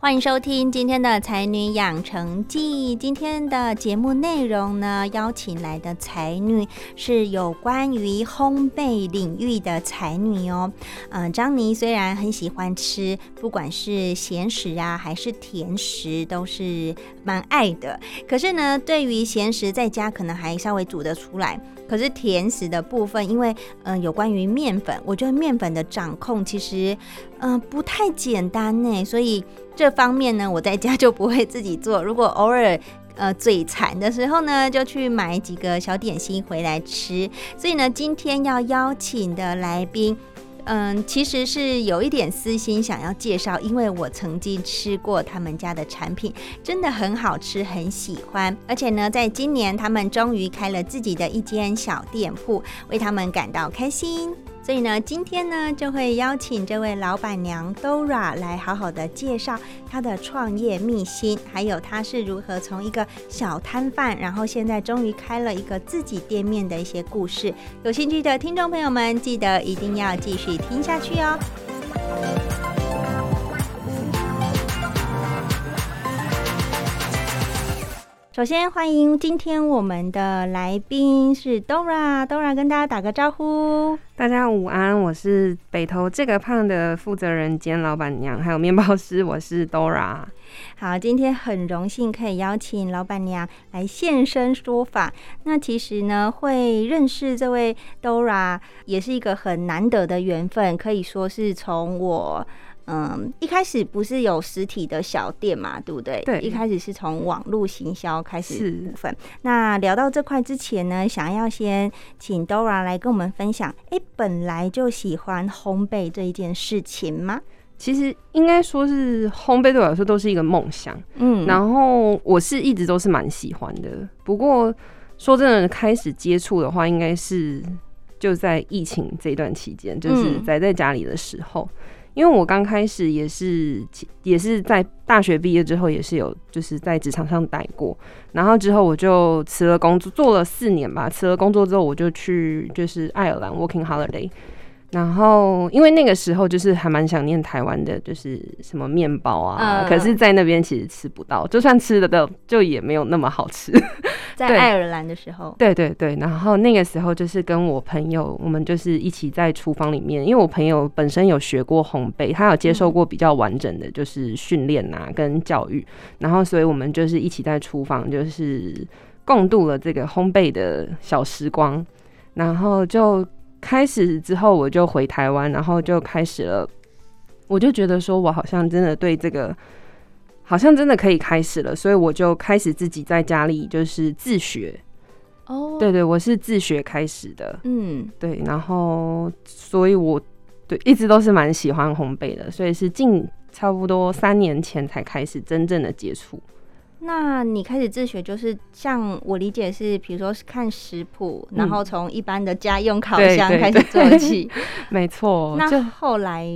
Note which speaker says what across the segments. Speaker 1: 欢迎收听今天的《才女养成记》。今天的节目内容呢，邀请来的才女是有关于烘焙领域的才女哦。嗯、呃，张妮虽然很喜欢吃，不管是咸食啊还是甜食，都是蛮爱的。可是呢，对于咸食在家可能还稍微煮得出来，可是甜食的部分，因为嗯、呃、有关于面粉，我觉得面粉的掌控其实嗯、呃、不太简单呢，所以。这方面呢，我在家就不会自己做。如果偶尔呃嘴馋的时候呢，就去买几个小点心回来吃。所以呢，今天要邀请的来宾，嗯，其实是有一点私心想要介绍，因为我曾经吃过他们家的产品，真的很好吃，很喜欢。而且呢，在今年他们终于开了自己的一间小店铺，为他们感到开心。所以呢，今天呢就会邀请这位老板娘 Dora 来好好的介绍她的创业秘辛，还有她是如何从一个小摊贩，然后现在终于开了一个自己店面的一些故事。有兴趣的听众朋友们，记得一定要继续听下去哦。首先欢迎今天我们的来宾是 Dora，Dora Dora 跟大家打个招呼。
Speaker 2: 大家午安，我是北投这个胖的负责人兼老板娘，还有面包师，我是 Dora。
Speaker 1: 好，今天很荣幸可以邀请老板娘来现身说法。那其实呢，会认识这位 Dora 也是一个很难得的缘分，可以说是从我。嗯，一开始不是有实体的小店嘛，对不对？
Speaker 2: 对，
Speaker 1: 一开始是从网络行销开始部分。那聊到这块之前呢，想要先请 Dora 来跟我们分享，哎，本来就喜欢烘焙这一件事情吗？
Speaker 2: 其实应该说是烘焙对我来说都是一个梦想，
Speaker 1: 嗯，
Speaker 2: 然后我是一直都是蛮喜欢的。不过说真的，开始接触的话，应该是就在疫情这段期间，就是宅在家里的时候。嗯因为我刚开始也是也是在大学毕业之后，也是有就是在职场上待过，然后之后我就辞了工作，做了四年吧。辞了工作之后，我就去就是爱尔兰 working holiday，然后因为那个时候就是还蛮想念台湾的，就是什么面包啊，uh, 可是在那边其实吃不到，就算吃得到，就也没有那么好吃。
Speaker 1: 在爱尔兰的时候，
Speaker 2: 对对对，然后那个时候就是跟我朋友，我们就是一起在厨房里面，因为我朋友本身有学过烘焙，他有接受过比较完整的就是训练啊跟教育，然后所以我们就是一起在厨房就是啊共度了这个烘焙的小时光，然后就开始之后我就回台湾，然后就开始了，我就觉得说我好像真的对这个。好像真的可以开始了，所以我就开始自己在家里就是自学。
Speaker 1: 哦、oh.，
Speaker 2: 对对，我是自学开始的。
Speaker 1: 嗯，
Speaker 2: 对，然后所以我对一直都是蛮喜欢烘焙的，所以是近差不多三年前才开始真正的接触。
Speaker 1: 那你开始自学，就是像我理解是，比如说是看食谱、嗯，然后从一般的家用烤箱开始做起。
Speaker 2: 對對對没错。
Speaker 1: 那后来。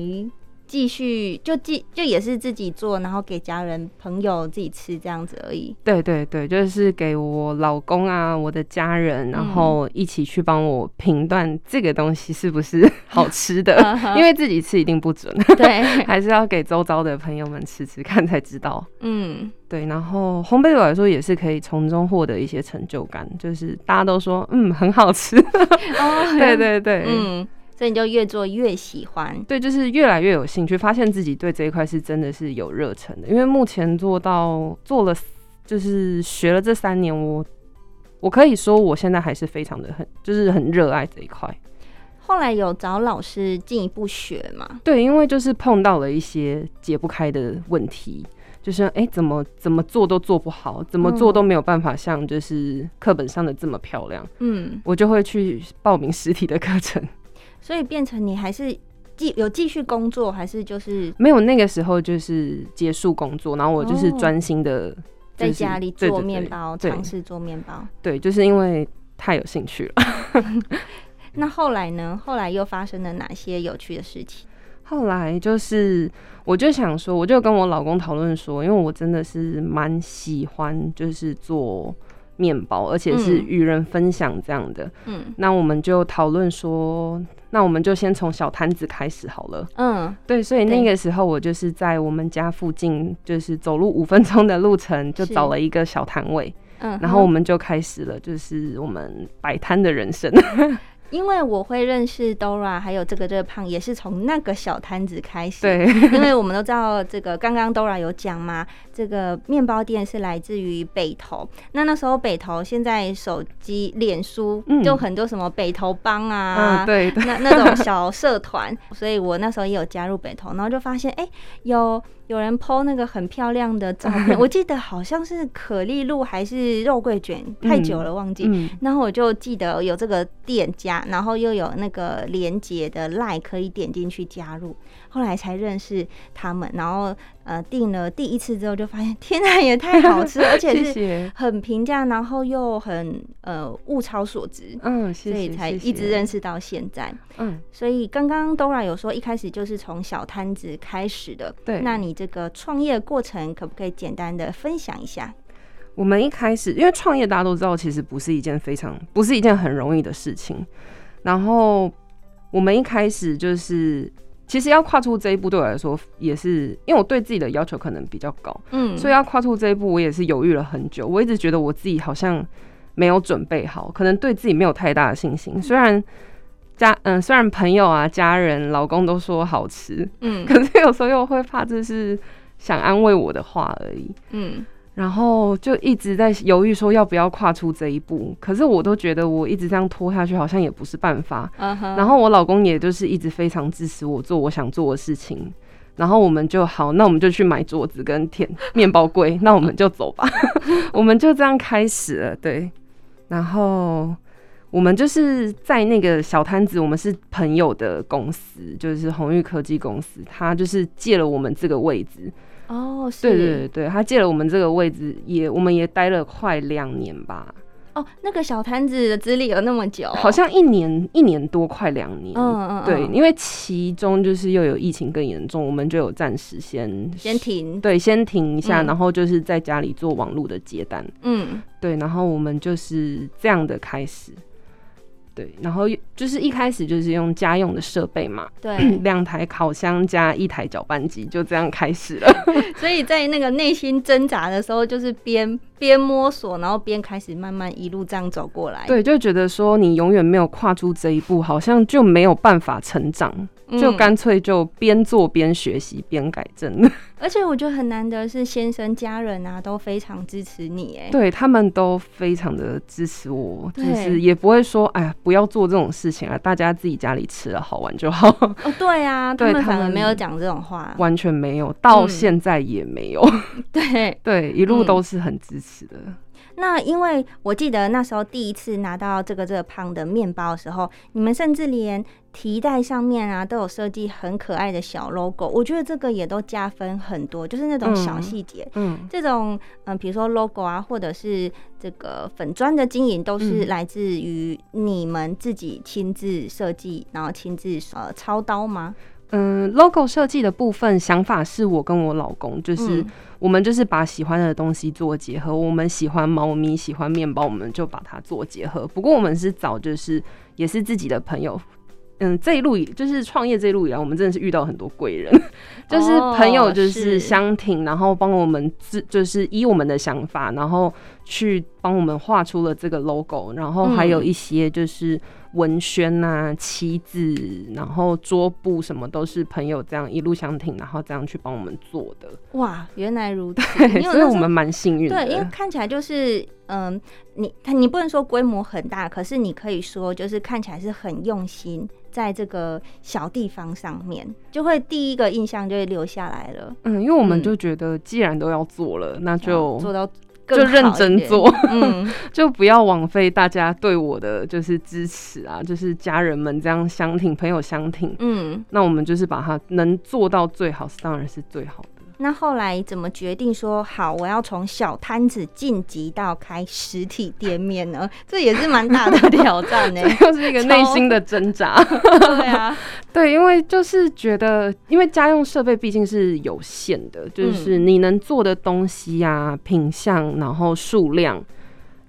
Speaker 1: 继续就继就也是自己做，然后给家人、朋友自己吃这样子而已。
Speaker 2: 对对对，就是给我老公啊，我的家人，然后一起去帮我评断这个东西是不 是好吃的， 因为自己吃一定不准，
Speaker 1: 对，
Speaker 2: 还是要给周遭的朋友们吃吃看才知道。
Speaker 1: 嗯，
Speaker 2: 对。然后烘焙对我来说也是可以从中获得一些成就感，就是大家都说嗯很好吃，
Speaker 1: 哦，
Speaker 2: 对对对，
Speaker 1: 嗯。所以你就越做越喜欢。
Speaker 2: 对，就是越来越有兴趣，发现自己对这一块是真的是有热忱的。因为目前做到做了，就是学了这三年，我我可以说我现在还是非常的很，就是很热爱这一块。
Speaker 1: 后来有找老师进一步学嘛？
Speaker 2: 对，因为就是碰到了一些解不开的问题，就是哎、怎么怎么做都做不好，怎么做都没有办法像就是课本上的这么漂亮，
Speaker 1: 嗯，
Speaker 2: 我就会去报名实体的课程。
Speaker 1: 所以变成你还是继有继续工作，还是就是
Speaker 2: 没有那个时候就是结束工作，然后我就是
Speaker 1: 哦
Speaker 2: 专心的、
Speaker 1: 在家里
Speaker 2: 对对
Speaker 1: 做
Speaker 2: 对
Speaker 1: 面包，
Speaker 2: 对
Speaker 1: 尝试做面包。
Speaker 2: 对，就是因为太有兴趣了。
Speaker 1: 那后来呢？后来又发生了哪些有趣的事情？
Speaker 2: 后来就是，我就想说，我就跟我老公讨论说，因为我真的是蛮喜欢，就是做面包，而且是
Speaker 1: 嗯
Speaker 2: 与人分享这样的。
Speaker 1: 嗯
Speaker 2: 那我们就讨论说，那我们就先从小摊子开始好了。
Speaker 1: 嗯，
Speaker 2: 对，所以
Speaker 1: 对
Speaker 2: 那个时候我就是在我们家附近，就是走路五分钟的路程，就是找了一个小摊位。
Speaker 1: 嗯，
Speaker 2: 然后我
Speaker 1: 哼
Speaker 2: 们就开始了，就是我们摆摊的人生。
Speaker 1: 因为我会认识 Dora，还有这个热胖，也是从那个小摊子开始。，
Speaker 2: 对，
Speaker 1: 因为我们都知道这个，刚刚 Dora 有讲嘛，这个面包店是来自于北投。那那时候北投现在手机、脸书
Speaker 2: 嗯
Speaker 1: 就很多什么北投帮啊。
Speaker 2: 嗯，对对，
Speaker 1: 那那种小社团，所以我那时候也有加入北投，然后就发现，哎、有有人 PO 那个很漂亮的照片，我记得好像是可丽露还是肉桂卷，太久了忘记，
Speaker 2: 嗯，
Speaker 1: 然后我就记得有这个店家，然后又有那个连接的 line 可以点进去加入，后来才认识他们，然后呃订了第一次之后就发现， 天呐，也太好吃了，而且
Speaker 2: 谢
Speaker 1: 是
Speaker 2: 谢，
Speaker 1: 很平价，然后又很呃物超所值。
Speaker 2: 嗯，谢
Speaker 1: 所
Speaker 2: 谢，
Speaker 1: 以才
Speaker 2: 谢谢
Speaker 1: 一直认，识到现在。
Speaker 2: 嗯，
Speaker 1: 所以刚刚 Dora 有说，一开始就是从小摊子开始的。
Speaker 2: 对
Speaker 1: 那你这个创业过程可不可以简单的分享一下？
Speaker 2: 我们一开始因为创业，大家都知道，其实不是一件非常不是一件很容易的事情。然后我们一开始就是，其实要跨出这一步，对我来说也是，因为我对自己的要求可能比较高，
Speaker 1: 嗯，
Speaker 2: 所以要跨出这一步，我也是犹豫了很久。我一直觉得我自己好像没有准备好，可能对自己没有太大的信
Speaker 1: 嗯
Speaker 2: 心。虽然家嗯，虽然朋友啊、家人、老公都说好吃，
Speaker 1: 嗯
Speaker 2: 可是有时候又会怕这是想安慰我的话而已。
Speaker 1: 嗯
Speaker 2: 然后就一直在犹豫说要不要跨出这一步，可是我都觉得我一直这样拖下去好像也不是办法。
Speaker 1: 嗯哼，
Speaker 2: 然后我老公也就是一直非常支持我做我想做的事情。然后我们就好，那我们就去买桌子跟甜面包柜，那我们就走吧， 我们就这样开始了，对。然后我们就是在那个小摊子，我们是朋友的公司，就是红玉科技公司，他就是借了我们这个位置，
Speaker 1: 哦，是
Speaker 2: 对对对对，他借了我们这个位置，也我们也待了快两年吧，
Speaker 1: 哦，那个小摊子的资历有那么久，
Speaker 2: 好像一年一年多，快两年。
Speaker 1: 哦嗯嗯，
Speaker 2: 对，
Speaker 1: 嗯
Speaker 2: 因为其中就是又有疫情更严重，我们就有暂时先
Speaker 1: 先停，
Speaker 2: 对先停一下，
Speaker 1: 嗯
Speaker 2: 然后就是在家里做网络的接单，
Speaker 1: 嗯
Speaker 2: 对，然后我们就是这样的开始，对，然后就是一开始就是用家用的设备嘛，
Speaker 1: 对，
Speaker 2: 两台烤箱加一台搅拌机，就这样开始了。
Speaker 1: 所以在那个内心挣扎的时候，就是边边摸索，然后边开始慢慢一路这样走过来，
Speaker 2: 对，就觉得说你永远没有跨出这一步，好像就没有办法成长，
Speaker 1: 嗯，
Speaker 2: 就干脆就边做边学习边改正。
Speaker 1: 而且我觉得很难得是先生家人啊都非常支持你，哎，
Speaker 2: 对他们都非常的支持我，就
Speaker 1: 对
Speaker 2: 是也不会说哎呀不要做这种事情啊，大家自己家里吃了好玩就 好，
Speaker 1: 哦，对啊，他
Speaker 2: 对
Speaker 1: 们
Speaker 2: 他
Speaker 1: 反而
Speaker 2: 们
Speaker 1: 没有讲这种话，
Speaker 2: 完全没有，到
Speaker 1: 嗯
Speaker 2: 现在也没有。
Speaker 1: 对。
Speaker 2: 对，一路
Speaker 1: 嗯
Speaker 2: 都是很支持的。
Speaker 1: 那因为我记得那时候第一次拿到这个热胖的面包的时候，你们甚至连提袋上面啊都有设计很可爱的小 logo，我觉得这个也都加分很多，就是那种小
Speaker 2: 嗯
Speaker 1: 细节。
Speaker 2: 嗯，
Speaker 1: 这种嗯，比如说 logo 啊，或者是这个粉砖的经营，都是
Speaker 2: 嗯
Speaker 1: 来自于你们自己亲自设计，然后亲自呃操刀吗？
Speaker 2: 嗯，logo 设计的部分想法是我跟我老公，就是、
Speaker 1: 嗯
Speaker 2: 我们就是把喜欢的东西做结合。我们喜欢猫咪，喜欢面包，我们就把它做结合。不过我们是找就是也是自己的朋友。嗯，这一路以就是创业这一路以来，我们真的是遇到很多贵人， 就是朋友就是是相挺，然后帮我们自就是以我们的想法，然后去帮我们画出了这个 logo，然后还有
Speaker 1: 嗯
Speaker 2: 一些就是文宣啊、旗子，然后桌布什么都是朋友这样一路相挺，然后这样去帮我们做的。
Speaker 1: 哇，原来如此，
Speaker 2: 对，
Speaker 1: 因为
Speaker 2: 所以
Speaker 1: 那
Speaker 2: 我
Speaker 1: 时候
Speaker 2: 们蛮幸运的。
Speaker 1: 对，因为看起来就是，嗯，你看你不能说规模很大，可是你可以说就是看起来是很用心在这个小地方上面，就会第一个印象就会留下来了。
Speaker 2: 嗯，因为我们
Speaker 1: 嗯
Speaker 2: 就觉得，既然都要做了，那就
Speaker 1: 嗯做到更
Speaker 2: 就认
Speaker 1: 好一
Speaker 2: 真
Speaker 1: 点，
Speaker 2: 做，
Speaker 1: 嗯，
Speaker 2: 就不要枉费大家对我的就是支持啊，就是家人们这样相挺，朋友相挺。
Speaker 1: 嗯，
Speaker 2: 那我们就是把它能做到最好，当然是最好的。
Speaker 1: 那后来怎么决定说好我要从小摊子晋级到开实体店面呢？这也是蛮大的 挑战 呢、
Speaker 2: 又是一个内心的挣扎。
Speaker 1: 对啊，
Speaker 2: 对，因为就是觉得，因为家用设备毕竟是有限的，就是你能做的东西啊、品相，然后数量，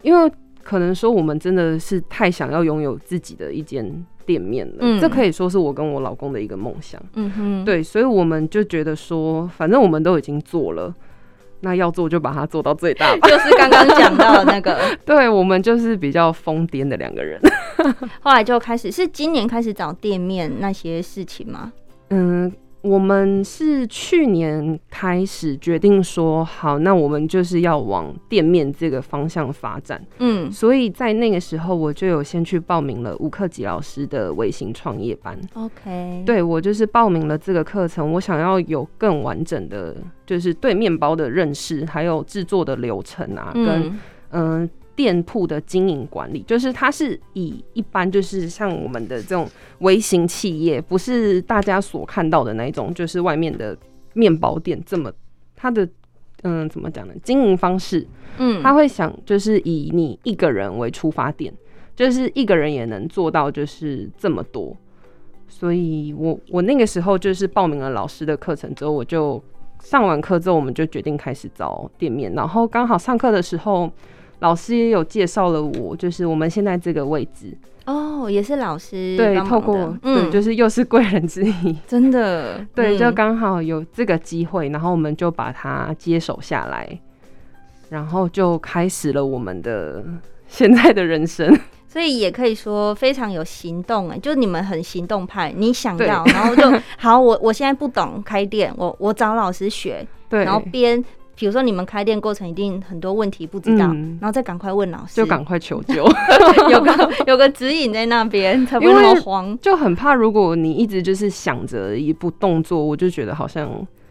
Speaker 2: 因为可能说我们真的是太想要拥有自己的一间店面了，
Speaker 1: 嗯
Speaker 2: 这可以说是我跟我老公的一个梦想。
Speaker 1: 嗯哼，
Speaker 2: 对，所以我们就觉得说，反正我们都已经做了，那要做就把它做到最 大吧。
Speaker 1: 就是刚刚讲到的那个，
Speaker 2: 对我们就是比较疯癫的两个人。
Speaker 1: 后来就开始是今年开始找店面那些事情吗？
Speaker 2: 嗯，我们是去年开始决定说，好，那我们就是要往店面这个方向发展。
Speaker 1: 嗯，
Speaker 2: 所以在那个时候，我就有先去报名了吴克吉老师的微型创业班。
Speaker 1: 嗯 OK，，
Speaker 2: 对我就是报名了这个课程，我想要有更完整的，就是对面包的认识，还有制作的流程啊，跟
Speaker 1: 嗯
Speaker 2: 嗯、呃店铺的经营管理，就是它是以一般就是像我们的这种微型企业，不是大家所看到的那一种，就是外面的面包店这么它的。嗯，怎么讲呢？经营方式，
Speaker 1: 嗯，
Speaker 2: 他会想就是以你一个人为出发点，就是一个人也能做到就是这么多。所以我我那个时候就是报名了老师的课程之后，我就上完课之后，我们就决定开始找店面。然后刚好上课的时候，老师也有介绍了我，就是我们现在这个位置，
Speaker 1: 哦，也是老师帮
Speaker 2: 对，
Speaker 1: 忙
Speaker 2: 透
Speaker 1: 的
Speaker 2: 过对，
Speaker 1: 嗯，
Speaker 2: 就是又是贵人之一，
Speaker 1: 真的，
Speaker 2: 对，就
Speaker 1: 嗯
Speaker 2: 刚好有这个机会，然后我们就把它接手下来，然后就开始了我们的现在的人生。
Speaker 1: 所以也可以说非常有行动哎，就你们很行动派，你想
Speaker 2: 对
Speaker 1: 要，然后就 好，我我现在不懂开店，我我找老师学，
Speaker 2: 对，
Speaker 1: 然后边比如说你们开店过程一定很多问题不知道，
Speaker 2: 嗯
Speaker 1: 然后再赶快问老师，
Speaker 2: 就赶快求 救，
Speaker 1: 有个有个指引在那边，才不会
Speaker 2: 因为
Speaker 1: 那么慌
Speaker 2: 就很怕如果你一直就是想着一不动作，我就觉得好像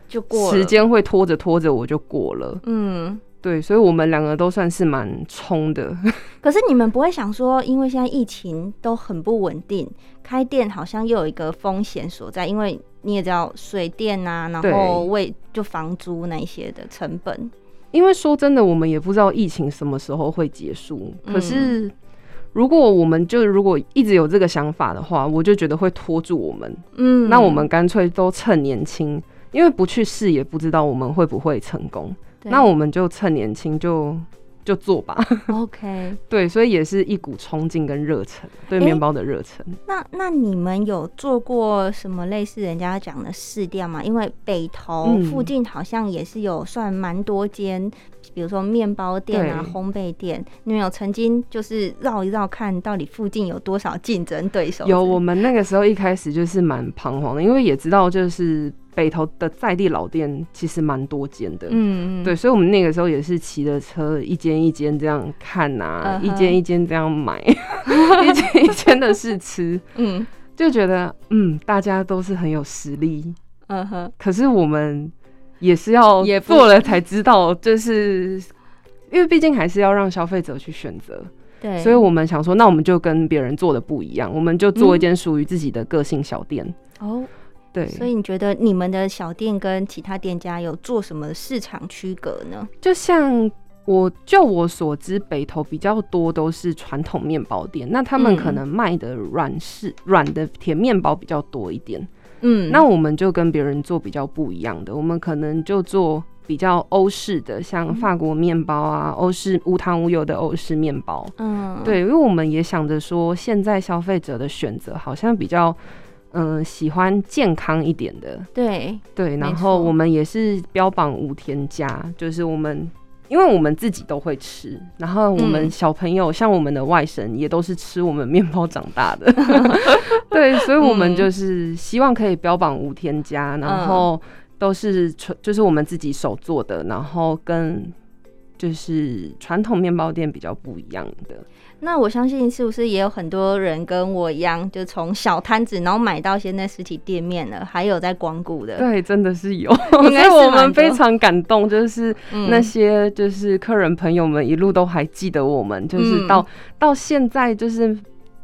Speaker 1: 就过了
Speaker 2: 时，间会拖着拖着我就过了。
Speaker 1: 嗯。
Speaker 2: 对，所以我们两个都算是蛮冲的。
Speaker 1: 可是你们不会想说，因为现在疫情都很不稳定，开店好像又有一个风险所在，因为你也知道水电啊，然
Speaker 2: 对
Speaker 1: 后为就房租那一些的成本，
Speaker 2: 因为说真的，我们也不知道疫情什么时候会结束。
Speaker 1: 嗯
Speaker 2: 可是，如果我们就如果一直有这个想法的话，我就觉得会拖住我们。
Speaker 1: 嗯，
Speaker 2: 那我们干脆都趁年轻，因为不去试也不知道我们会不会成功。
Speaker 1: 对
Speaker 2: 那我们就趁年轻就就做吧。
Speaker 1: OK，
Speaker 2: 对，所以也是一股冲劲跟热忱，对
Speaker 1: 诶
Speaker 2: 面包的热忱。
Speaker 1: 那那你们有做过什么类似人家讲的试店吗？因为北投
Speaker 2: 嗯
Speaker 1: 附近好像也是有算蛮多间，比如说面包店啊
Speaker 2: 对、
Speaker 1: 烘焙店，你们有曾经就是绕一绕看到底附近有多少竞争对手？
Speaker 2: 有我，们那个时候一开始就是蛮彷徨的，因为也知道就是北投的在地老店其实蛮多间的。
Speaker 1: 嗯，嗯
Speaker 2: 对，所以我们那个时候也是骑着车一间一间这样看啊
Speaker 1: 嗯哼
Speaker 2: 一间一间这 样买，一间一间的试吃，
Speaker 1: 嗯
Speaker 2: 就觉得嗯，大家都是很有实力，
Speaker 1: 嗯哼，
Speaker 2: 可是我们也是要
Speaker 1: 也不
Speaker 2: 做了才知道，就是因为毕竟还是要让消费者去选择，
Speaker 1: 对，
Speaker 2: 所以我们想说，那我们就跟别人做的不一样，我们就
Speaker 1: 嗯
Speaker 2: 做一间属于自己的个性小店。
Speaker 1: 哦，
Speaker 2: 对，
Speaker 1: 所以你觉得你们的小店跟其他店家有做什么市场区隔呢？
Speaker 2: 就像我就我所知，北投比较多都是传统面包店，那他们
Speaker 1: 嗯
Speaker 2: 可能卖的软式软的甜面包比较多一点。
Speaker 1: 嗯，
Speaker 2: 那我们就跟别人做比较不一样的，我们可能就做比较欧式的，
Speaker 1: 嗯
Speaker 2: 像法国面包啊，欧式无糖无油的欧式面包。
Speaker 1: 嗯，
Speaker 2: 对，因为我们也想着说，现在消费者的选择好像比较。嗯，喜欢健康一点的，
Speaker 1: 对，
Speaker 2: 对，
Speaker 1: 没
Speaker 2: 然后
Speaker 1: 错
Speaker 2: 我们也是标榜无添加，就是我们因为我们自己都会吃，然后我
Speaker 1: 嗯
Speaker 2: 们小朋友、像我们的外甥也都是吃我们面包长 大的，对，所以我
Speaker 1: 嗯
Speaker 2: 们就是希望可以标榜无添加，然后都是纯就是我们自己手做的，然后跟就是传统面包店比较不一样的。
Speaker 1: 那我相信是不是也有很多人跟我一样，就从小摊子然后买到现在实体店面了，还有在光顾的。
Speaker 2: 对，真的是 有，
Speaker 1: 应
Speaker 2: 所
Speaker 1: 该
Speaker 2: 以
Speaker 1: 是
Speaker 2: 我
Speaker 1: 蛮
Speaker 2: 们非
Speaker 1: 多
Speaker 2: 常感动，就是
Speaker 1: 嗯
Speaker 2: 那些就是客人朋友们一路都还记得我们，就是
Speaker 1: 嗯
Speaker 2: 到、到现在就是。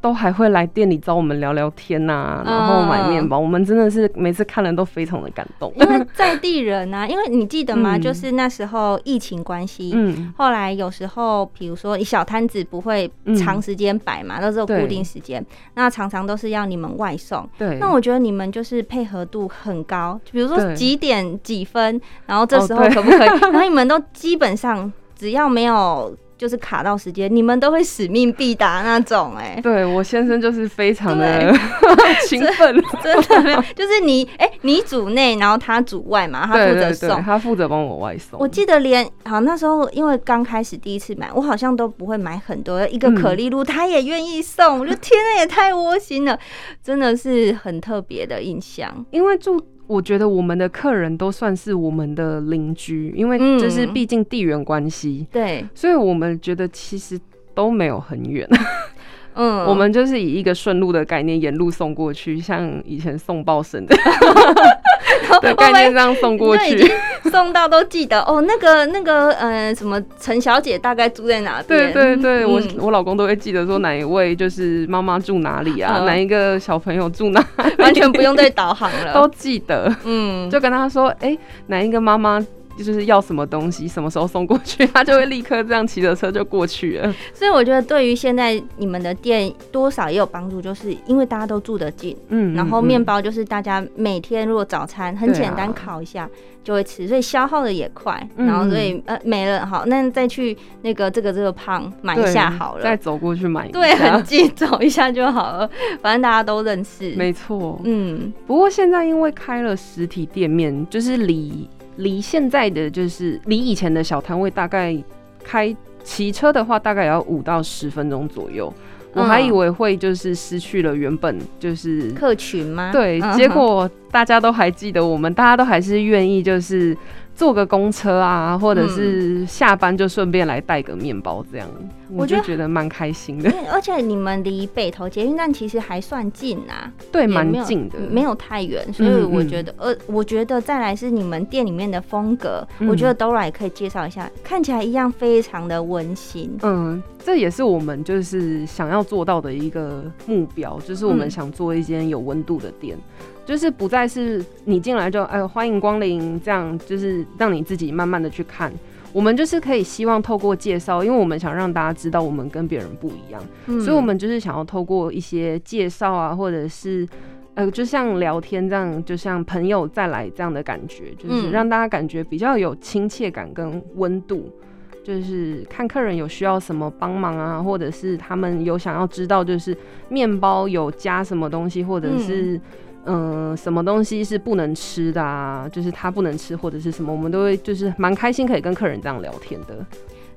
Speaker 2: 都还会来店里找我们聊聊天呐、
Speaker 1: 嗯
Speaker 2: 然后买面包。我们真的是每次看了都非常的感动。
Speaker 1: 因为在地人啊，因为你记得吗？
Speaker 2: 嗯
Speaker 1: 就是那时候疫情关系，
Speaker 2: 嗯，
Speaker 1: 后来有时候，比如说你小摊子不会
Speaker 2: 嗯
Speaker 1: 长时间摆嘛，都是有固
Speaker 2: 对
Speaker 1: 定时间，那常常都是要你们外送。
Speaker 2: 对。
Speaker 1: 那我觉得你们就是配合度很高，就比如说
Speaker 2: 对
Speaker 1: 几点几分，然后这
Speaker 2: 哦
Speaker 1: 时候
Speaker 2: 对
Speaker 1: 可不 可以？然后你们都基本上只要没有就是卡到时间，你们都会使命必达那种、 哎，
Speaker 2: 对我先生就是非常
Speaker 1: 对
Speaker 2: 的 勤奋，
Speaker 1: 真的没有，就是你哎、你组内，然后他组外嘛， 他
Speaker 2: 对
Speaker 1: 负责
Speaker 2: 对对，
Speaker 1: 送。
Speaker 2: 他负责帮我外送。
Speaker 1: 我记得连好那时候，因为刚开始第一次买，我好像都不会买很多，一个
Speaker 2: 嗯
Speaker 1: 可丽露他也愿意送，我觉得天啊，也太窝心了，真的是很特别的印象。
Speaker 2: 因为住，我觉得我们的客人都算是我们的邻居，因为
Speaker 1: 嗯
Speaker 2: 就是毕竟地缘关系，
Speaker 1: 对，
Speaker 2: 所以我们觉得其实都没有很远，
Speaker 1: 嗯，
Speaker 2: 我们就是以一个顺路的概念沿路送过去，像以前送报 神的的概念这样送过
Speaker 1: 那已
Speaker 2: 去
Speaker 1: 经。送到都记得哦，那个那个呃什么陈小姐大概住在哪边？
Speaker 2: 对对对，我
Speaker 1: 嗯
Speaker 2: 我老公都会记得说哪一位就是妈妈住哪里啊，
Speaker 1: 嗯
Speaker 2: 哪一个小朋友住哪，
Speaker 1: 完全不用再导航了
Speaker 2: 都。记得。
Speaker 1: 嗯，
Speaker 2: 就跟他说，哎、哪一个妈妈就是要什么东西，什么时候送过去，他就会立刻这样骑着车就过去了。
Speaker 1: 所以我觉得对于现在你们的店多少也有帮助，就是因为大家都住得近，
Speaker 2: 嗯
Speaker 1: 然后面包就是大家每天如果早餐很
Speaker 2: 对啊
Speaker 1: 简单烤一下就会吃，所以消耗的也快，
Speaker 2: 嗯
Speaker 1: 然后所以呃没了好，那再去那个这个这个胖买一下好
Speaker 2: 再
Speaker 1: 了，
Speaker 2: 走过去买一下。
Speaker 1: 对，很近走一下就好了，反正大家都认识。
Speaker 2: 没错。
Speaker 1: 嗯，
Speaker 2: 不过现在因为开了实体店面，就是离离现在的就是离以前的小摊位大概开骑车的话，大概也要五到十分钟左右。我还
Speaker 1: 嗯
Speaker 2: 以为会就是失去了原本就是
Speaker 1: 客群吗？
Speaker 2: 对
Speaker 1: 嗯，
Speaker 2: 结果大家都还记得我们，大家都还是愿意就是坐个公车啊，或者是下班就顺便来带个面包这样，
Speaker 1: 嗯我
Speaker 2: 我
Speaker 1: 觉
Speaker 2: 就
Speaker 1: 得
Speaker 2: 觉得蛮开心的，
Speaker 1: 而且你们离北投捷运站其实还算近啊，
Speaker 2: 对，
Speaker 1: 也
Speaker 2: 蛮
Speaker 1: 没有
Speaker 2: 近的，
Speaker 1: 没有太远，所以
Speaker 2: 嗯
Speaker 1: 我
Speaker 2: 嗯
Speaker 1: 觉得，呃，我觉得再来是你们店里面的风格，
Speaker 2: 嗯
Speaker 1: 我觉得 Dora 也可以介绍一下，看起来一样非常的温馨。
Speaker 2: 嗯，这也是我们就是想要做到的一个目标，就是我们
Speaker 1: 嗯
Speaker 2: 想做一间有温度的店，就是不再是你进来就哎呦欢迎光临这样，就是让你自己慢慢的去看。我们就是可以希望透过介绍，因为我们想让大家知道我们跟别人不一样，
Speaker 1: 嗯
Speaker 2: 所以我们就是想要透过一些介绍啊，或者是。呃，就像聊天这样，就像朋友再来这样的感觉，就是
Speaker 1: 嗯
Speaker 2: 让大家感觉比较有亲切感跟温度。就是看客人有需要什么帮忙啊，或者是他们有想要知道，就是面包有加什么东西，或者是嗯、呃什么东西是不能吃的啊，就是他不能吃或者是什么，我们都会就是蛮开心可以跟客人这样聊天的。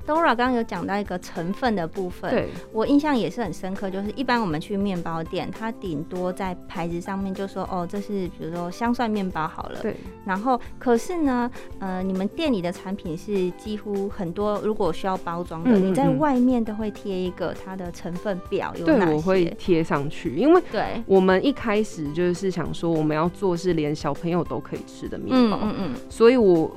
Speaker 1: Dora 刚刚有讲到一个成分的部分，
Speaker 2: 对，
Speaker 1: 我印象也是很深刻，就是一般我们去面包店，它顶多在牌子上面就说，哦，这是比如说香蒜面包好了，
Speaker 2: 对，
Speaker 1: 然后可是呢，呃，你们店里的产品是几乎很多，如果需要包装的，
Speaker 2: 嗯嗯
Speaker 1: 你在
Speaker 2: 嗯
Speaker 1: 外面都会贴一个它的成分表有哪
Speaker 2: 对，
Speaker 1: 些？
Speaker 2: 我会贴上去，因为
Speaker 1: 对，
Speaker 2: 我们一开始就是想说，我们要做是连小朋友都可以吃的面
Speaker 1: 嗯
Speaker 2: 包，
Speaker 1: 嗯嗯
Speaker 2: 所以我，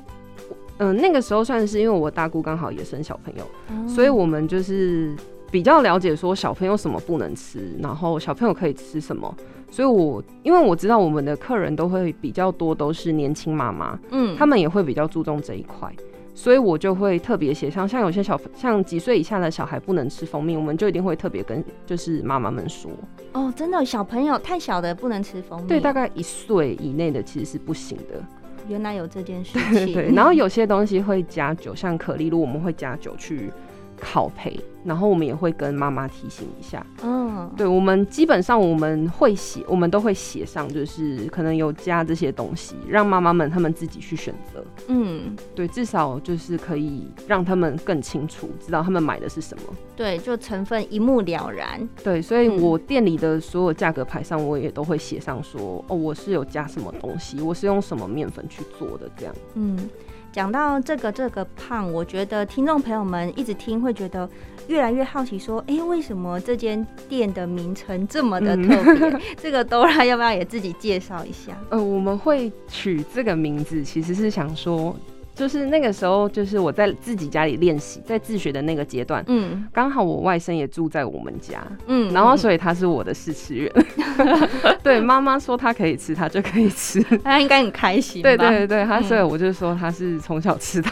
Speaker 2: 嗯、那个时候算是因为我大姑刚好也生小朋友，
Speaker 1: 哦，
Speaker 2: 所以我们就是比较了解说小朋友什么不能吃，然后小朋友可以吃什么。所以我因为我知道我们的客人都会比较多都是年轻妈妈，
Speaker 1: 嗯，
Speaker 2: 他们也会比较注重这一块。所以我就会特别写上，像有些小像几岁以下的小孩不能吃蜂蜜，我们就一定会特别跟就是妈妈们说，
Speaker 1: 哦，真的小朋友太小的不能吃蜂蜜，
Speaker 2: 对，大概一岁以内的其实是不行的。
Speaker 1: 原 来有这件事情，
Speaker 2: 对，然后有些东西会加酒，像可丽露我们会加酒去烤培，然后我们也会跟妈妈提醒一下。
Speaker 1: 嗯，
Speaker 2: 对，我们基本上我们会写，我们都会写上，就是可能有加这些东西，让妈妈们她们自己去选择。
Speaker 1: 嗯，
Speaker 2: 对，至少就是可以让他们更清楚知道他们买的是什么。
Speaker 1: 对，就成分一目了然。
Speaker 2: 对，所以
Speaker 1: 嗯
Speaker 2: 我店里的所有价格牌上，我也都会写上说，哦，我是有加什么东西，我是用什么面粉去做的，这样。
Speaker 1: 嗯，讲到这个这个胖，我觉得听众朋友们一直听会觉得越来越好奇，说，哎、为什么这间店的名称这么的特别？这个 Dora 要不要也自己介绍一下？
Speaker 2: 呃，我们会取这个名字，其实是想说，就是那个时候，就是我在自己家里练习，在自学的那个阶段，
Speaker 1: 嗯
Speaker 2: 刚好我外甥也住在我们家，
Speaker 1: 嗯
Speaker 2: 然后
Speaker 1: 以
Speaker 2: 所以他 是我的试吃员。 对，妈妈说他可以吃，他就可以吃。
Speaker 1: 他应该很开心吧？
Speaker 2: 对对对，他
Speaker 1: 嗯
Speaker 2: 所以我就说他是从小吃 到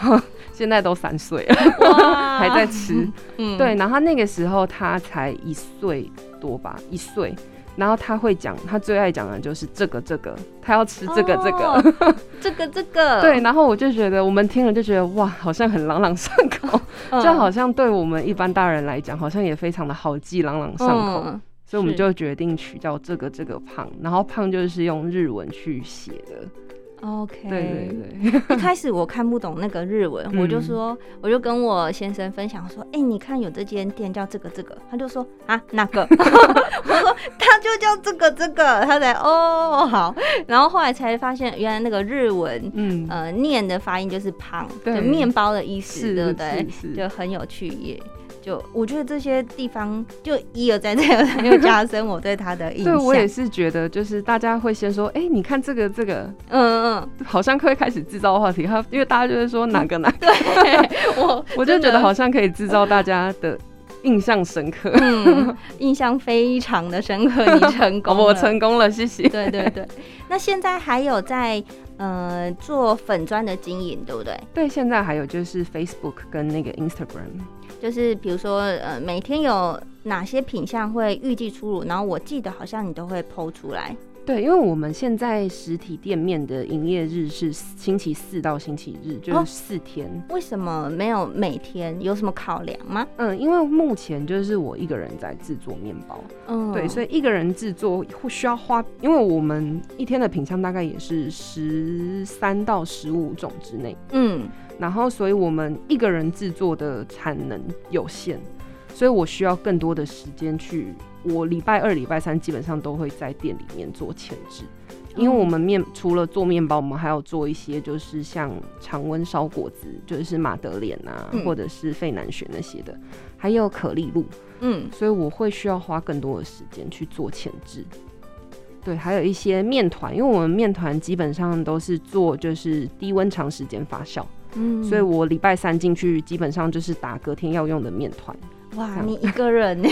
Speaker 2: 现在都三岁了，
Speaker 1: 哇
Speaker 2: 还在吃。
Speaker 1: 嗯
Speaker 2: 对，然后他那个时候他才一岁多吧，一岁。然后他会讲，他最爱讲的就是这个这个，他要吃这个这个。
Speaker 1: 哦这个这个，
Speaker 2: 对，然后我就觉得我们听了就觉得哇，好像很朗朗上口，
Speaker 1: 嗯，
Speaker 2: 就好像对我们一般大人来讲，好像也非常的好记，朗朗上口。
Speaker 1: 嗯
Speaker 2: 所以我们
Speaker 1: 是
Speaker 2: 就决定取叫这个这个胖，然后胖就是用日文去写的。
Speaker 1: OK，
Speaker 2: 对对对，
Speaker 1: 一开始我看不懂那个日文，
Speaker 2: 嗯
Speaker 1: 我就说，我就跟我先生分享说，哎、你看有这间店叫这个这个，他就说啊哪个？ 我说他就叫这个这个，他才哦好，然后后来才发现原来那个日文
Speaker 2: 嗯，
Speaker 1: 呃念的发音就是胖，就
Speaker 2: 对
Speaker 1: 面包的意思，
Speaker 2: 是，
Speaker 1: 对不对？
Speaker 2: 是，
Speaker 1: 就是很有趣也。就我觉得这些地方就一而再再而三又加深我对他的印象。
Speaker 2: 对我也是觉得，就是大家会先说，哎、你看这个这个，
Speaker 1: 嗯嗯，
Speaker 2: 好像会开始制造话题，他因为大家就会说哪个哪个，
Speaker 1: 对我
Speaker 2: 我就
Speaker 1: 真
Speaker 2: 觉
Speaker 1: 的
Speaker 2: 得好像可以制造大家的印象深刻。
Speaker 1: 嗯， 印象非常的深刻，你成
Speaker 2: 哦，
Speaker 1: 功了，
Speaker 2: 我成功了，谢 谢。
Speaker 1: 对对对。那现在还有在呃做粉砖的经营，对不对？
Speaker 2: 对，现在还有就是 Facebook 跟那个 Instagram。
Speaker 1: 就是比如说呃每天有哪些品相会预计出炉，然后我记得好像你都会剖出来，
Speaker 2: 对，因为我们现在实体店面的营业日是星期四到星期日，就
Speaker 1: 哦
Speaker 2: 是四天。
Speaker 1: 为什么没有每天？有什么考量吗？
Speaker 2: 嗯，因为目前就是我一个人在制作面包，
Speaker 1: 嗯，
Speaker 2: 对，所
Speaker 1: 以
Speaker 2: 以一个人制作会需要花，因为我们一天的品相大概也是十三到十五种之内，
Speaker 1: 嗯
Speaker 2: 然后所以我们一个人制作的产能有限，所以我需要更多的时间去。我礼拜二、礼拜三基本上都会在店里面做前置，因为我们面除了做面包，我们还要做一些就是像常温烧果子，就是马德莲啊，
Speaker 1: 嗯
Speaker 2: 或者是费南雪那些的，还有可丽露，
Speaker 1: 嗯
Speaker 2: 所以我会需要花更多的时间去做前置。对，还有一些面团，因为我们面团基本上都是做就是低温长时间发酵，
Speaker 1: 嗯，
Speaker 2: 所以我礼拜三进去基本上就是打隔天要用的面团。这
Speaker 1: 哇，
Speaker 2: 样
Speaker 1: 你一个人 呢？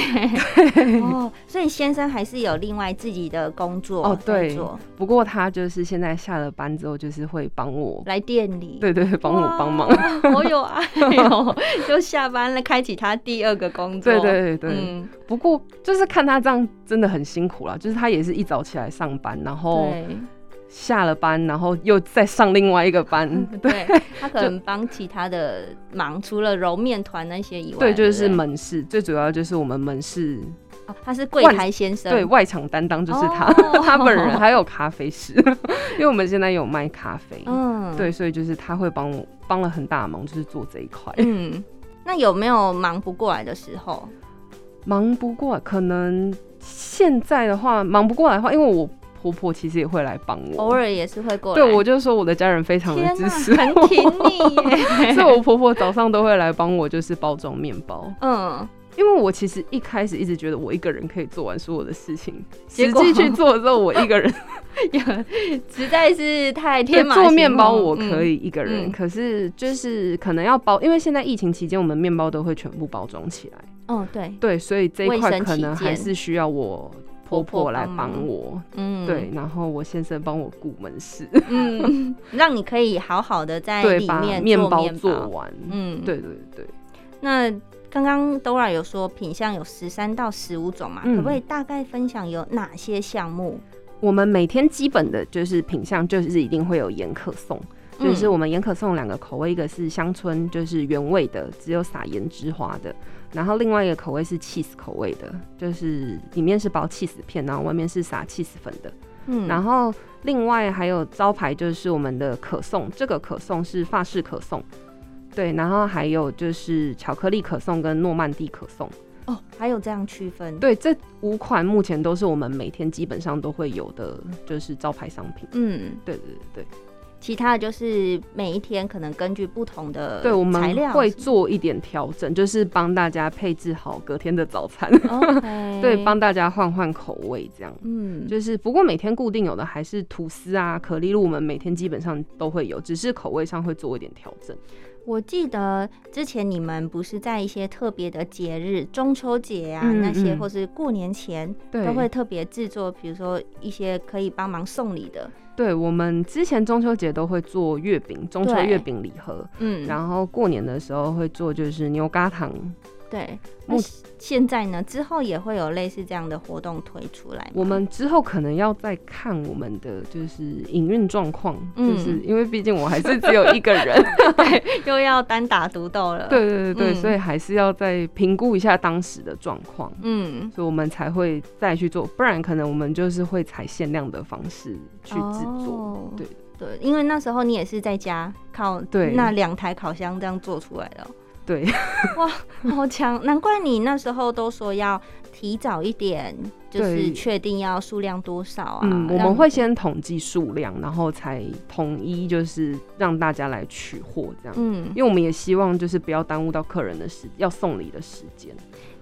Speaker 1: 哦，所以先生还是有另外自己的工作
Speaker 2: 哦
Speaker 1: 在
Speaker 2: 对
Speaker 1: 做
Speaker 2: 不过他就是现在下了班之后，就是会帮我，
Speaker 1: 来店里，
Speaker 2: 对对对，帮我帮忙。
Speaker 1: 哇，好有爱哦！ 就下班了，开启他第二个工作。
Speaker 2: 对对对对，
Speaker 1: 嗯，
Speaker 2: 不过就是看他这样真的很辛苦啦，就是他也是一早起来上班，然后
Speaker 1: 对
Speaker 2: 下了班，然后又再上另外一 个班，
Speaker 1: 对，他可能帮其他的忙，除了揉面团那些以外，
Speaker 2: 对，就是
Speaker 1: 不对
Speaker 2: 门市，最主要就是我们门市
Speaker 1: 哦他是柜台先生，
Speaker 2: 对外场担当就是他，
Speaker 1: 哦
Speaker 2: 他本 人还有咖啡师， 因为我们现在有卖咖啡，
Speaker 1: 嗯，
Speaker 2: 对，所以就是他会帮我帮了很大的忙，就是做这一块，
Speaker 1: 嗯，那有没有忙不过来的时候？
Speaker 2: 忙不过可能现在的话忙不过来的话，因为我婆婆其实也会来帮我，
Speaker 1: 偶尔也是会过来。
Speaker 2: 对我就说我的家人非常的
Speaker 1: 天
Speaker 2: 支
Speaker 1: 哪，
Speaker 2: 持我，
Speaker 1: 很挺你耶。
Speaker 2: 所以我婆婆早上都会来帮我，就是包装面包。
Speaker 1: 嗯，
Speaker 2: 因为我其实一开始一直觉得我一个人可以做完所有的事情，
Speaker 1: 结
Speaker 2: 实
Speaker 1: 果
Speaker 2: 际去做的时候，我 一个人
Speaker 1: 实在是太天马行
Speaker 2: 做
Speaker 1: 空
Speaker 2: 面包我
Speaker 1: 嗯
Speaker 2: 可以一个人，
Speaker 1: 嗯
Speaker 2: 可是就是可能要包，因为现在疫情期间，我们面包都会全部包装起来，
Speaker 1: 哦，对，
Speaker 2: 对，所以这一
Speaker 1: 卫
Speaker 2: 块
Speaker 1: 生
Speaker 2: 可能
Speaker 1: 起见
Speaker 2: 还是需要我婆婆来帮我，
Speaker 1: 嗯，
Speaker 2: 对，然后我先生帮我顾门市，
Speaker 1: 嗯，让你可以好好的在
Speaker 2: 对，
Speaker 1: 哎里
Speaker 2: 把
Speaker 1: 面
Speaker 2: 面
Speaker 1: 做
Speaker 2: 包
Speaker 1: 面
Speaker 2: 做完，
Speaker 1: 嗯，。
Speaker 2: 对对对。
Speaker 1: 那刚刚 Dora 有说品相有十三到十五种嘛，
Speaker 2: 嗯
Speaker 1: 可不可以大概分享有哪些项目？
Speaker 2: 我们每天基本的就是品相，就是一定会有盐可颂。
Speaker 1: 嗯
Speaker 2: 就是我们盐可颂两个口味，一个是乡村，就是原味的，只有撒盐之花的，然后另外一个口味是 cheese 口味的，就是里面是包 cheese 片，然后外面是撒 cheese 粉的。
Speaker 1: 嗯
Speaker 2: 然后另外还有招牌就是我们的可颂，这个可颂是法式可颂，对，然后还有就是巧克力可颂跟诺曼底可颂，
Speaker 1: 哦，还有这样区分，
Speaker 2: 对，这五款目前都是我们每天基本上都会有的，就是招牌商品。
Speaker 1: 嗯，
Speaker 2: 对对对对，
Speaker 1: 其他的就是每一天可能根据不同的
Speaker 2: 对我
Speaker 1: 呃材料
Speaker 2: 们会做一点调整，就是帮大家配置好隔天的早餐，
Speaker 1: 哎 OK，
Speaker 2: 对，帮大家换换口味这样。
Speaker 1: 嗯
Speaker 2: 就是不过每天固定有的还是吐司啊、可丽露，我们每天基本上都会有，只是口味上会做一点调整。
Speaker 1: 我记得之前你们不是在一些特别的节日，中秋节啊、
Speaker 2: 嗯
Speaker 1: 那些，
Speaker 2: 嗯
Speaker 1: 或是过年前，
Speaker 2: 对，
Speaker 1: 都会特别制作，比如说一些可以帮忙送礼的，
Speaker 2: 对，我们之前中秋节都会做月饼，中秋
Speaker 1: 对
Speaker 2: 月饼礼盒，
Speaker 1: 嗯，
Speaker 2: 然后过年的时候会做就是牛轧糖。
Speaker 1: 对。那
Speaker 2: 目
Speaker 1: 现在呢？之后也会有类似这样的活动推出来吗。
Speaker 2: 我们之后可能要再看我们的就是营运状况，
Speaker 1: 嗯
Speaker 2: 就是因为毕竟我还是只有一个 人，
Speaker 1: 又要单打独斗了。，
Speaker 2: 对对对对，
Speaker 1: 嗯
Speaker 2: 所以还是要再评估一下当时的状况。
Speaker 1: 嗯，
Speaker 2: 所以我们才会再去做，不然可能我们就是会采限量的方式去制作。
Speaker 1: 哦
Speaker 2: 对
Speaker 1: 对，因为那时候你也是在家靠
Speaker 2: 对
Speaker 1: 那两台烤箱这样做出来的哦、
Speaker 2: 对，
Speaker 1: 好强！难怪你那时候都说要提早一点，就是
Speaker 2: 对
Speaker 1: 确定要数量多少啊。
Speaker 2: 嗯，我
Speaker 1: 让
Speaker 2: 们会先统计数量，然后才统一就是让大家来取货这样。
Speaker 1: 嗯，
Speaker 2: 因为我们也希望就是不要耽误到客人的时要送礼的时间。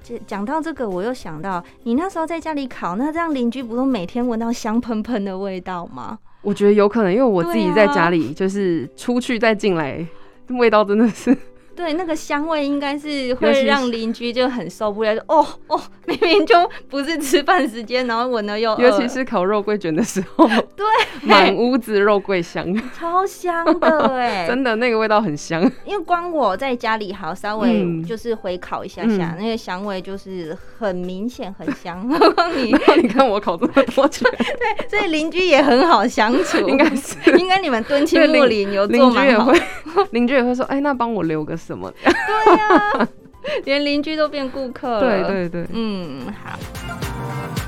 Speaker 1: 这讲到这个，我又想到你那时候在家里烤，那这样邻居不都每天闻到香喷喷的味道吗？
Speaker 2: 我觉得有可能，因为我自己
Speaker 1: 对啊
Speaker 2: 在家里就是出去再进来，味道真 的是
Speaker 1: 对，那个香味应该是
Speaker 2: 尤其
Speaker 1: 会
Speaker 2: 是
Speaker 1: 让邻居就很受不了，就哦哦，明明就不是吃饭时间，然后闻了又饿
Speaker 2: 尤其是烤肉桂卷的时 候，对，满屋子肉桂香，
Speaker 1: 超香 的哎、
Speaker 2: 真的那个味道 很香。
Speaker 1: 因为光我在家里好稍微
Speaker 2: 嗯
Speaker 1: 就是回烤一下下，那个香味就是很明显很香， 你
Speaker 2: 然后你看我烤这么多 卷，
Speaker 1: 所以邻居也很好相处，
Speaker 2: 应该 是
Speaker 1: 应该你们敦亲睦邻有做
Speaker 2: 邻居
Speaker 1: 蛮
Speaker 2: 也
Speaker 1: 好
Speaker 2: 会，邻居也会说，哎，那帮我留个什么？
Speaker 1: 连邻居都变顾客
Speaker 2: 对
Speaker 1: 了。，
Speaker 2: 对对，
Speaker 1: 嗯，好。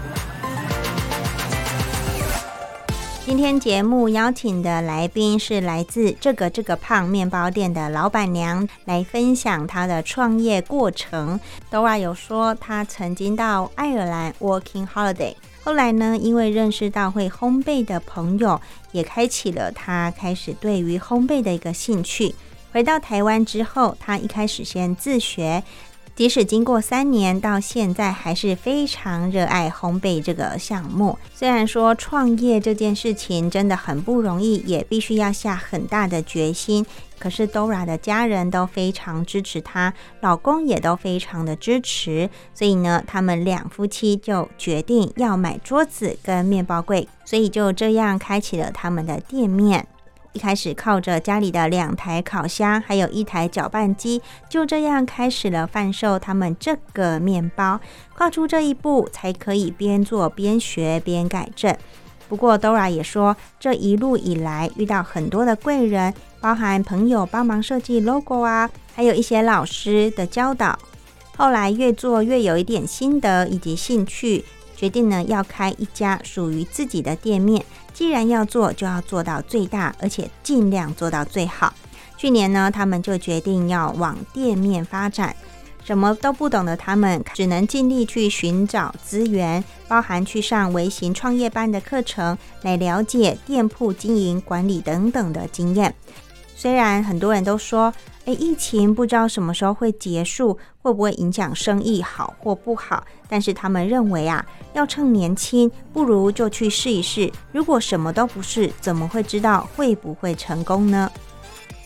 Speaker 1: 今天节目邀请的来宾是来自这个这个胖面包店的老板娘，来分享她的创业过程。Dora 有说，她曾经到爱尔兰 working holiday，后来呢，因为认识到会烘焙的朋友，也开启了她开始对于烘焙的一个兴趣。回到台湾之后，她一开始先自学，即使经过三年，到现在还是非常热爱烘焙这个项目。虽然说创业这件事情真的很不容易，也必须要下很大的决心。可是 Dora 的家人都非常支持她，老公也都非常的支持，所以呢，他们两夫妻就决定要买桌子跟面包柜，所以就这样开启了他们的店面。一开始靠着家里的两台烤箱，还有一台搅拌机，就这样开始了贩售他们这个面包。跨出这一步，才可以边做边学边改正。不过 Dora 也说，这一路以来遇到很多的贵人，包含朋友帮忙设计 logo 啊，还有一些老师的教导。后来越做越有一点心得以及兴趣，决定呢要开一家属于自己的店面。既然要做，就要做到最大，而且尽量做到最好。去年呢，他们就决定要往店面发展。什么都不懂的他们，只能尽力去寻找资源，包含去上微型创业班的课程，来了解店铺经营管理等等的经验。虽然很多人都说，诶，疫情不知道什么时候会结束，会不会影响生意好或不好，但是他们认为啊，要趁年轻，不如就去试一试。如果什么都不是，怎么会知道会不会成功呢？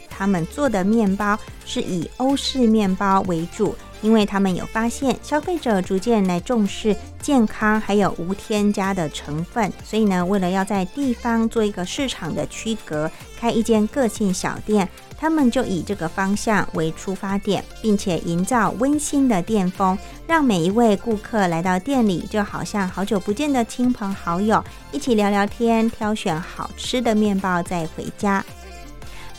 Speaker 1: 他们做的面包是以欧式面包为主，因为他们有发现消费者逐渐来重视健康还有无添加的成分，所以呢，为了要在地方做一个市场的区隔，开一间个性小店。他们就以这个方向为出发点，并且营造温馨的店风，让每一位顾客来到店里，就好像好久不见的亲朋好友，一起聊聊天，挑选好吃的面包再回家。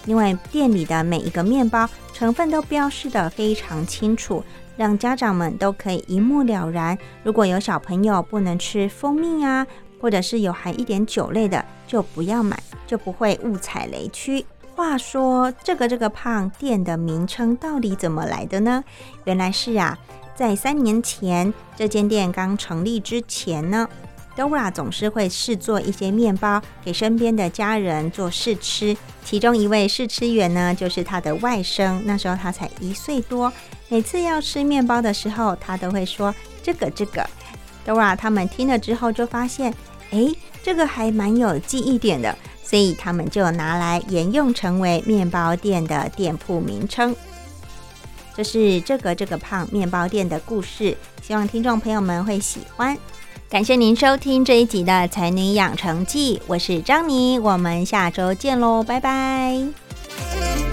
Speaker 1: 因为店里的每一个面包成分都标示的非常清楚，让家长们都可以一目了然。如果有小朋友不能吃蜂蜜啊，或者是有含一点酒类的，就不要买，就不会误踩雷区。话说，这个这个胖店的名称到底怎么来的呢？原来是啊，在三年前这间店刚成立之前呢，Dora 总是会试做一些面包给身边的家人做试吃。其中一位试吃员呢，就是她的外甥，那时候他才一岁多。每次要吃面包的时候，他都会说这个这个。Dora 他们听了之后就发现，诶，这个还蛮有记忆点的。所以他们就拿来沿用成为面包店的店铺名称。这是这个这个胖面包店的故事，希望听众朋友们会喜欢。感谢您收听这一集的《才女养成记》，我是张妮，我们下周见喽，拜拜。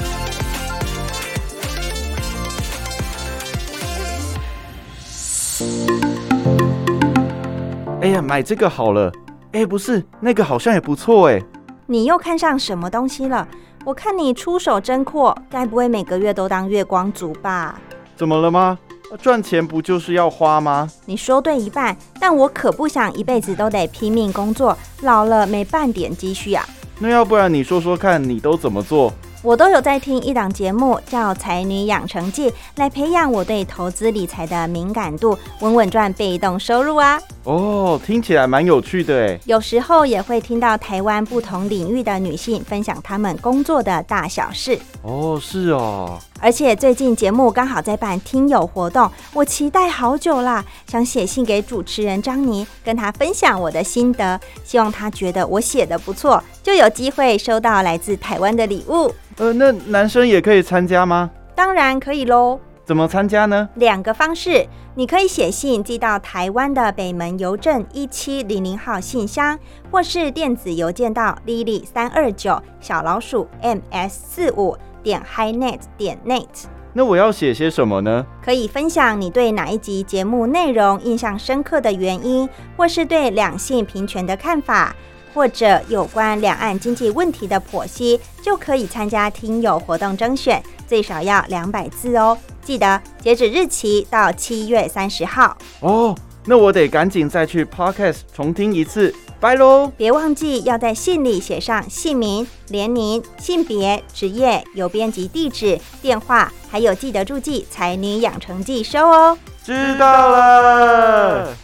Speaker 3: 哎呀，买这个好了。哎，不是，那个好像也不错哎。
Speaker 1: 你又看上什么东西了？我看你出手真阔，该不会每个月都当月光族吧？
Speaker 3: 怎么了吗？赚钱不就是要花吗？
Speaker 1: 你说对一半，但我可不想一辈子都得拼命工作，老了没半点积蓄啊！
Speaker 3: 那要不然你说说看，你都怎么做？
Speaker 1: 我都有在听一档节目，叫《才女养成记》，来培养我对投资理财的敏感度，稳稳赚被动收入啊！
Speaker 3: 哦，听起来蛮有趣的哎。
Speaker 1: 有时候也会听到台湾不同领域的女性分享她们工作的大小事。
Speaker 3: 哦，是哦。
Speaker 1: 而且最近节目刚好在办听友活动，我期待好久啦，想写信给主持人张妮，跟他分享我的心得，希望他觉得我写的不错，就有机会收到来自台湾的礼物。
Speaker 3: 呃，那男生也可以参加吗？
Speaker 1: 当然可以喽。
Speaker 3: 怎么参加呢？
Speaker 1: 两个方式，你可以写信寄到台湾的北门邮政一七零零号信箱，或是电子邮件到 lily 三二九小老鼠 ms 四五点 highnet 点 net。
Speaker 3: 那我要写些什么呢？
Speaker 1: 可以分享你对哪一集节目内容印象深刻的原因，或是对两性平权的看法，或者有关两岸经济问题的剖析，就可以参加听友活动征选，最少要两百字哦。记得截止日期到七月三十号，
Speaker 3: 哦，那我得赶紧再去 Podcast 重听一次。拜喽。
Speaker 1: 别忘记要在信里写上姓名、年龄、性别、职业、邮编及地址、电话，还有记得注记《才女养成记》收哦。
Speaker 3: 知道了。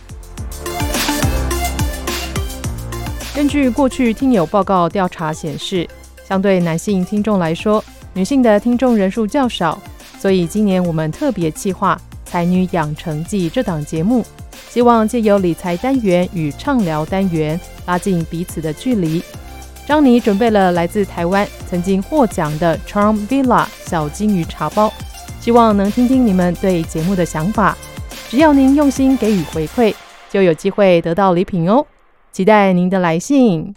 Speaker 4: 根据过去听友报告调查显示，相对男性听众来说，女性的听众人数较少，所以今年我们特别企划《才女养成记》这档节目，希望借由理财单元与畅聊单元拉近彼此的距离。张妮准备了来自台湾曾经获奖的 Charm Villa 小金鱼茶包，希望能听听你们对节目的想法。只要您用心给予回馈，就有机会得到礼品哦。期待您的来信。